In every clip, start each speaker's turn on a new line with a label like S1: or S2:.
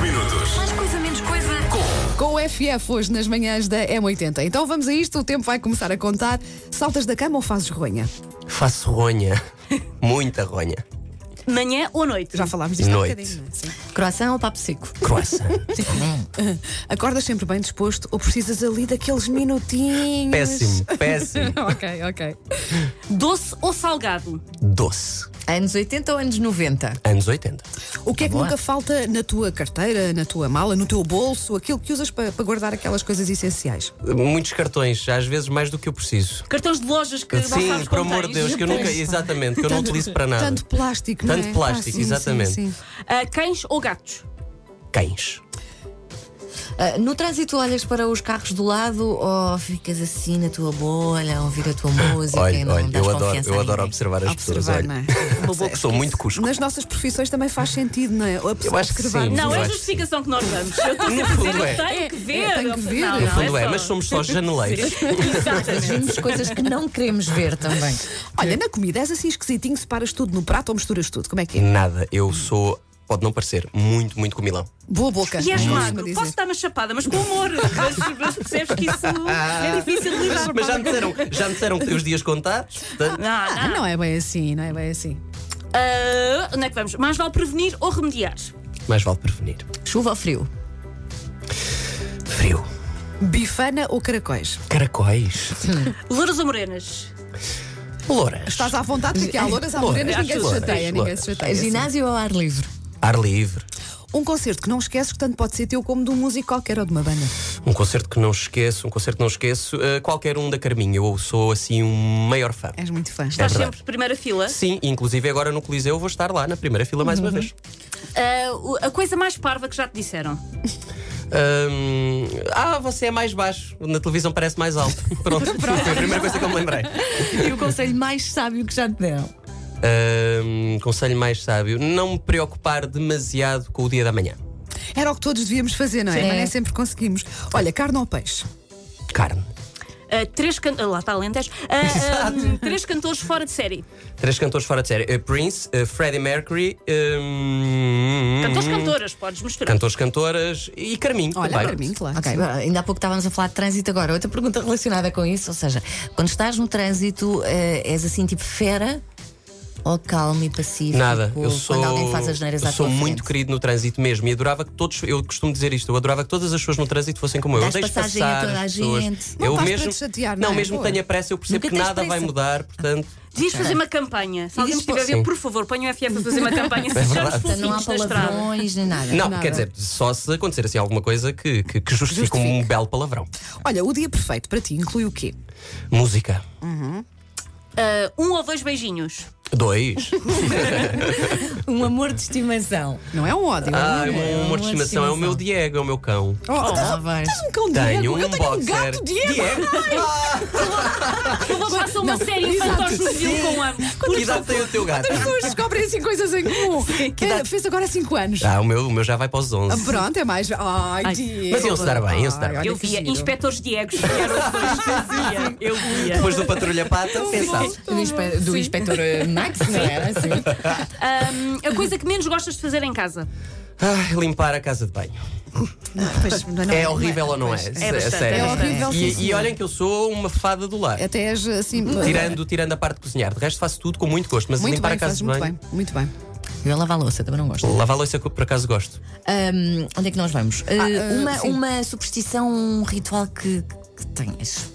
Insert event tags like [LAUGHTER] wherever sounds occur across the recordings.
S1: minutos.
S2: Mais coisa, menos coisa.
S3: Com o FF hoje nas manhãs da M80. Então vamos a isto, o tempo vai começar a contar. Saltas da cama ou fazes ronha?
S4: Faço ronha. Muita ronha.
S2: Manhã ou noite?
S3: Já falámos disto há
S4: Noite.
S3: bocadinho, não é? Sim.
S5: Croação ou papo seco?
S4: Croissant.
S3: é? Acordas sempre bem disposto ou precisas ali daqueles minutinhos?
S4: [LAUGHS] Péssimo, péssimo.
S3: [LAUGHS] ok, ok.
S2: Doce ou salgado?
S4: Doce.
S5: Anos 80 ou anos 90?
S4: Anos 80.
S3: O que é que
S5: boa.
S3: nunca falta na tua carteira, na tua mala, no teu bolso, aquilo que usas para, para guardar aquelas coisas essenciais?
S4: Muitos cartões, às vezes mais do que eu preciso.
S2: Cartões de lojas que não
S4: Sim,
S2: sabes
S4: por
S2: quanto
S4: amor de
S2: tens.
S4: Deus, que eu nunca. Exatamente, que eu não utilizo para nada.
S3: Tanto plástico, não
S4: Tanto
S3: é?
S4: plástico,
S3: sim, sim,
S4: exatamente.
S3: sim.
S2: Ah, cães ou gatos?
S4: Cães.
S5: Ah, no trânsito olhas para os carros do lado ou ficas assim na tua bolha, a ouvir a tua música
S4: [LAUGHS]
S5: e
S4: Olha,
S5: é não
S4: olha,
S5: dás
S4: eu adoro,
S5: confiança
S4: eu
S5: a
S4: adoro
S5: ninguém?
S4: observar as pessoas.
S3: Observar,
S4: Olha.
S3: não é?
S4: [LAUGHS] Uma boa que sou muito cusco.
S3: Nas nossas profissões também faz sentido, não é? A pessoa
S4: Eu acho que
S3: observar
S4: sim.
S3: muito.
S2: Não,
S4: Eu
S2: é a
S4: acho que
S2: justificação que nós damos. Eu estou sempre
S4: No
S2: a dizer,
S4: fundo
S2: eu
S4: é.
S2: tenho que ver.
S3: É, tenho que ver.
S2: Não,
S3: No
S2: não,
S4: Fundo é,
S2: só-
S4: mas somos só janeleiros.
S2: Exatamente.
S5: Vimos coisas que não queremos ver também.
S3: Olha, na comida és assim esquisitinho, separas tudo no prato ou misturas tudo? Como é que é?
S4: Nada, eu sou, pode não parecer, muito, muito comilão.
S3: Boa boca. é
S2: E és
S3: costuma
S2: magro.
S3: dizer.
S2: Posso dar uma chapada, mas com amor. Mas, mas percebes que isso é difícil de lidar.
S4: Mas já me disseram, já me disseram que tem os dias contados. portanto,
S2: Não,
S3: Ah,
S2: não.
S3: não é bem assim, não é bem assim.
S2: Ah, onde é que vamos? Mais vale prevenir ou remediar?
S4: Mais vale prevenir.
S5: Chuva ou frio?
S4: Frio.
S3: Bifana ou caracóis?
S4: Caracóis.
S2: Louras ou morenas?
S4: Louras.
S3: Estás à vontade porque há louras, há
S4: Louras,
S3: morenas, ninguém se
S4: louras,
S3: chateia, ninguém se
S4: louras.
S3: chateia. sim.
S5: Ginásio ou ar livre?
S4: Ar livre.
S3: Um concerto que não esqueces, que tanto pode ser teu como de um músico qualquer ou de uma banda.
S4: Um concerto que não esqueço, um concerto que não esqueço, eh, qualquer um da Carminha. Eu sou assim um maior fã.
S3: És muito fã.
S2: Estás
S4: É verdade.
S2: sempre primeira fila.
S4: Sim, inclusive agora no Coliseu vou estar lá na primeira fila mais uma vez.
S2: Ah, o- a coisa mais parva que já te disseram.
S4: Ahm, ah, você é mais baixo. Na televisão parece mais alto. Pronto, foi a primeira coisa que eu me lembrei.
S5: E o conselho mais sábio que já te deram?
S4: Ahm, conselho mais sábio: não me preocupar demasiado com o dia da manhã.
S3: Era o que todos devíamos fazer, não é?
S5: Sim.
S3: Mas nem sempre conseguimos. Olha, carne ou peixe?
S4: Carne.
S2: Ah, três can... ah, Lá está Alentejo.
S4: [LAUGHS]
S2: Ah, ah, três cantores fora de série.
S4: Três cantores fora de série: Eh, Prince, eh, Freddie Mercury, ahm,
S2: Cantores, cantoras, podes misturar.
S4: cantores, cantoras e Carminho.
S3: Olha, é
S4: também.
S3: para mim, claro.
S5: Ok,
S3: sim.
S5: agora, ainda há pouco estávamos a falar de trânsito agora. Outra pergunta relacionada com isso, ou seja, quando estás no trânsito, eh, és assim tipo fera ou calmo e passivo?
S4: Nada, eu
S5: Quando
S4: sou,
S5: alguém faz as neiras
S4: eu
S5: à
S4: sou
S5: tua
S4: muito
S5: frente?
S4: querido no trânsito mesmo e adorava que todos, eu costumo dizer isto, eu adorava que todas as pessoas no trânsito fossem como eu.
S5: Dás
S4: eu deixo
S5: passagem a
S4: passar
S5: toda a
S4: as pessoas.
S5: gente.
S3: Não
S4: eu
S3: faz para
S4: mesmo,
S3: te chatear, não
S4: não,
S3: é?
S4: mesmo
S3: Boa.
S4: que tenha pressa, eu percebo
S5: Nunca
S4: que
S5: tens
S4: nada vai
S5: pressa.
S4: mudar, portanto.
S2: Devias fazer uma campanha. Se alguém me
S5: Devias
S2: estiver a
S4: pôr-
S2: ver,
S4: Sim. É
S2: por favor, ponha o FF a fazer uma
S4: [LAUGHS]
S2: campanha. Sejamos
S4: verdade.
S5: Portanto, não há
S2: fofinhos na estrada.
S5: palavrões nem É nada.
S4: Não,
S3: Nada.
S4: quer dizer, só se acontecer assim alguma coisa que, que, que justifique um
S3: Justifique.
S4: belo palavrão.
S3: Olha, o dia perfeito para ti inclui o quê?
S4: Música.
S2: Ah, um ou dois beijinhos.
S4: Dois.
S5: Um amor de estimação.
S3: Não é um ódio.
S4: Ah, é
S3: é um...
S4: um amor de estimação. É o meu Diego, é o meu cão.
S3: Oh,
S5: Ah,
S3: tens,
S5: vais.
S3: um cão Diego,
S4: Tenho
S3: eu
S4: um
S3: tenho um
S4: boxer.
S3: gato Diego.
S2: Eu vou passar uma série infantil juvenil com ambos.
S4: Que idade tem o teu gato?
S3: As pessoas descobrem assim coisas em comum. Eh, Fez agora 5 anos.
S4: Ah, o meu, o meu já vai para os
S3: Ah,
S4: 11.
S3: Pronto, é mais. Ai, Diego.
S4: Mas iam-se dar bem, iam-se dar
S3: Ai,
S4: bem.
S3: olha
S2: Eu
S3: que
S2: via
S3: giro.
S2: inspetores Diegos. que eram os dois
S3: [LAUGHS]
S2: que fazia. Eu via.
S4: Depois do Patrulha Pata, pensava.
S5: Do, inspe do inspetor eh, Max, não era? Sim.
S2: Ah, a coisa que menos gostas de fazer em casa.
S4: Ai, limpar a casa de banho.
S3: Pois, não, não,
S4: É
S3: não
S4: horrível ou não é?
S3: Pois,
S4: Se-
S2: bastante,
S4: sério.
S2: é
S3: horrível, sim,
S4: E, e
S3: senhor.
S4: olhem que eu sou uma fada do lar.
S3: Até és assim.
S4: Tirando, tirando a parte de cozinhar. De resto faço tudo com Hum. muito gosto, mas
S3: Muito
S4: limpar
S3: bem,
S4: a casa
S3: fazes
S4: de
S3: muito
S4: banho.
S3: bem, muito bem.
S5: Eu lavo a louça, também não gosto.
S4: Lavar a louça que eu, por acaso gosto.
S5: Ahm, onde é que nós vamos? Eh,
S3: ah,
S5: uma,
S3: sim.
S5: uma superstição, um ritual que, que tenhas.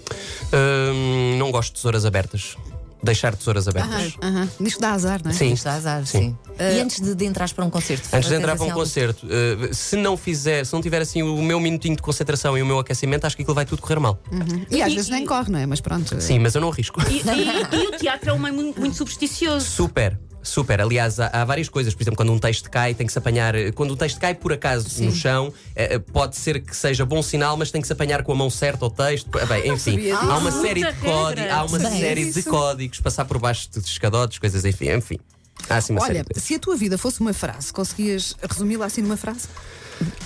S4: Hum, não gosto de tesouras abertas. Deixar tesouras abertas.
S3: Aham. Isto dá azar, não é?
S4: Sim.
S5: Isto dá azar, sim. E antes de, de entrares para um concerto?
S4: Antes de
S5: tens
S4: entrar para um
S5: assim algum-
S4: concerto, uh, se não fizer, se não tiver assim o meu minutinho de concentração e o meu aquecimento, acho que aquilo vai tudo correr mal.
S3: E às
S2: E-
S3: vezes
S2: e-
S3: nem corre, não é? Mas pronto.
S4: Sim, mas eu não arrisco.
S2: E, e- e o teatro é um meio muito, muito supersticioso.
S4: Super, super. Aliás, há, há várias coisas. Por exemplo, quando um texto cai, tem que se apanhar. eh, Quando o texto cai por acaso no chão, eh, eh, pode ser que seja bom sinal, mas tem que se apanhar com a mão certa ao texto.
S2: [LAUGHS]
S4: Eh, Bem, enfim,
S3: sabia
S4: há uma
S2: disso.
S4: série de
S2: Muita
S4: códigos.
S2: regra.
S4: Há uma
S5: Sabia
S4: série de
S3: disso.
S4: códigos, passar por baixo de escadotes, coisas, enfim, enfim. Há assim uma série
S3: Olha,
S4: de coisas.
S3: se a tua vida fosse uma frase, conseguias resumi-la assim numa frase?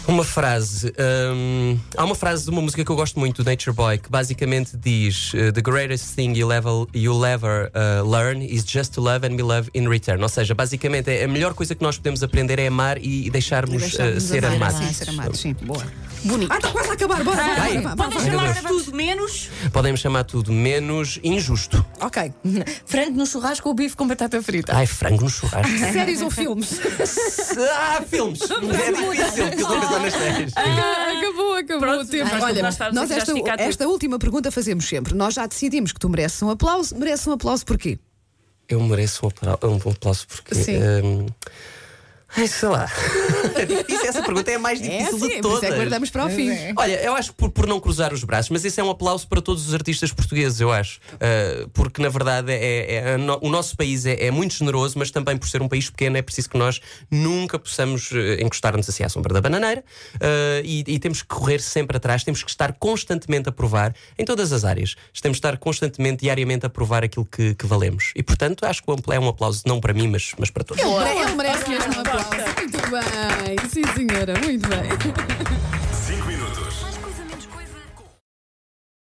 S4: Uma frase. hum, há uma frase de uma música que eu gosto muito, do Nature Boy, que basicamente diz: eh, The greatest thing you'll ever, you'll ever uh, learn is just to love and be loved in return. Ou seja, basicamente é a melhor coisa que nós podemos aprender é amar e deixarmos, eh,
S3: Deixarmos
S4: ser
S3: amar.
S4: amados.
S3: Sim, ser amados, sim. Boa.
S2: Bonito.
S3: Ah, está quase a acabar. Bora, bora,
S2: [LAUGHS]
S3: bora, vá, vá,
S2: Podem
S3: vá.
S2: chamar de tudo menos.
S4: Podem chamar tudo menos injusto.
S3: Ok.
S5: [LAUGHS] Frango no churrasco ou bife com batata frita?
S4: Ai, frango no churrasco.
S3: [LAUGHS] Séries ou filmes?
S4: ah, filmes! É difícil, porque eu estou a pensar nas séries.
S3: acabou, acabou
S2: Pronto,
S3: o tempo.
S2: acho que nós estávamos aqui
S3: nós
S2: já a
S3: esta,
S2: esticar tudo.
S3: esta última pergunta fazemos sempre. Nós já decidimos que tu mereces um aplauso. Mereces um aplauso porquê?
S4: Eu mereço um aplauso, um aplauso porque.
S3: Sim.
S4: hum, ai, sei lá. [LAUGHS] É difícil, essa pergunta é a mais
S3: É,
S4: difícil
S3: sim,
S4: de
S3: por
S4: todas.
S3: isso
S4: É.
S3: é que guardamos para o fim.
S4: Olha, eu acho que por, por não cruzar os braços, mas esse é um aplauso para todos os artistas portugueses, eu acho. Ah, porque, na verdade, é, é- a no- o nosso país é, é muito generoso, mas também por ser um país pequeno é preciso que nós nunca possamos eh, encostar-nos assim à sombra da bananeira Ah, e, e temos que correr sempre atrás, temos que estar constantemente a provar em todas as áreas. Temos de estar constantemente, diariamente a provar aquilo que, que valemos. E, portanto, acho que o amplo- é um aplauso não para mim, mas, mas para todos.
S3: Ele merece mesmo um aplauso. Muito bem, sim senhora, muito bem.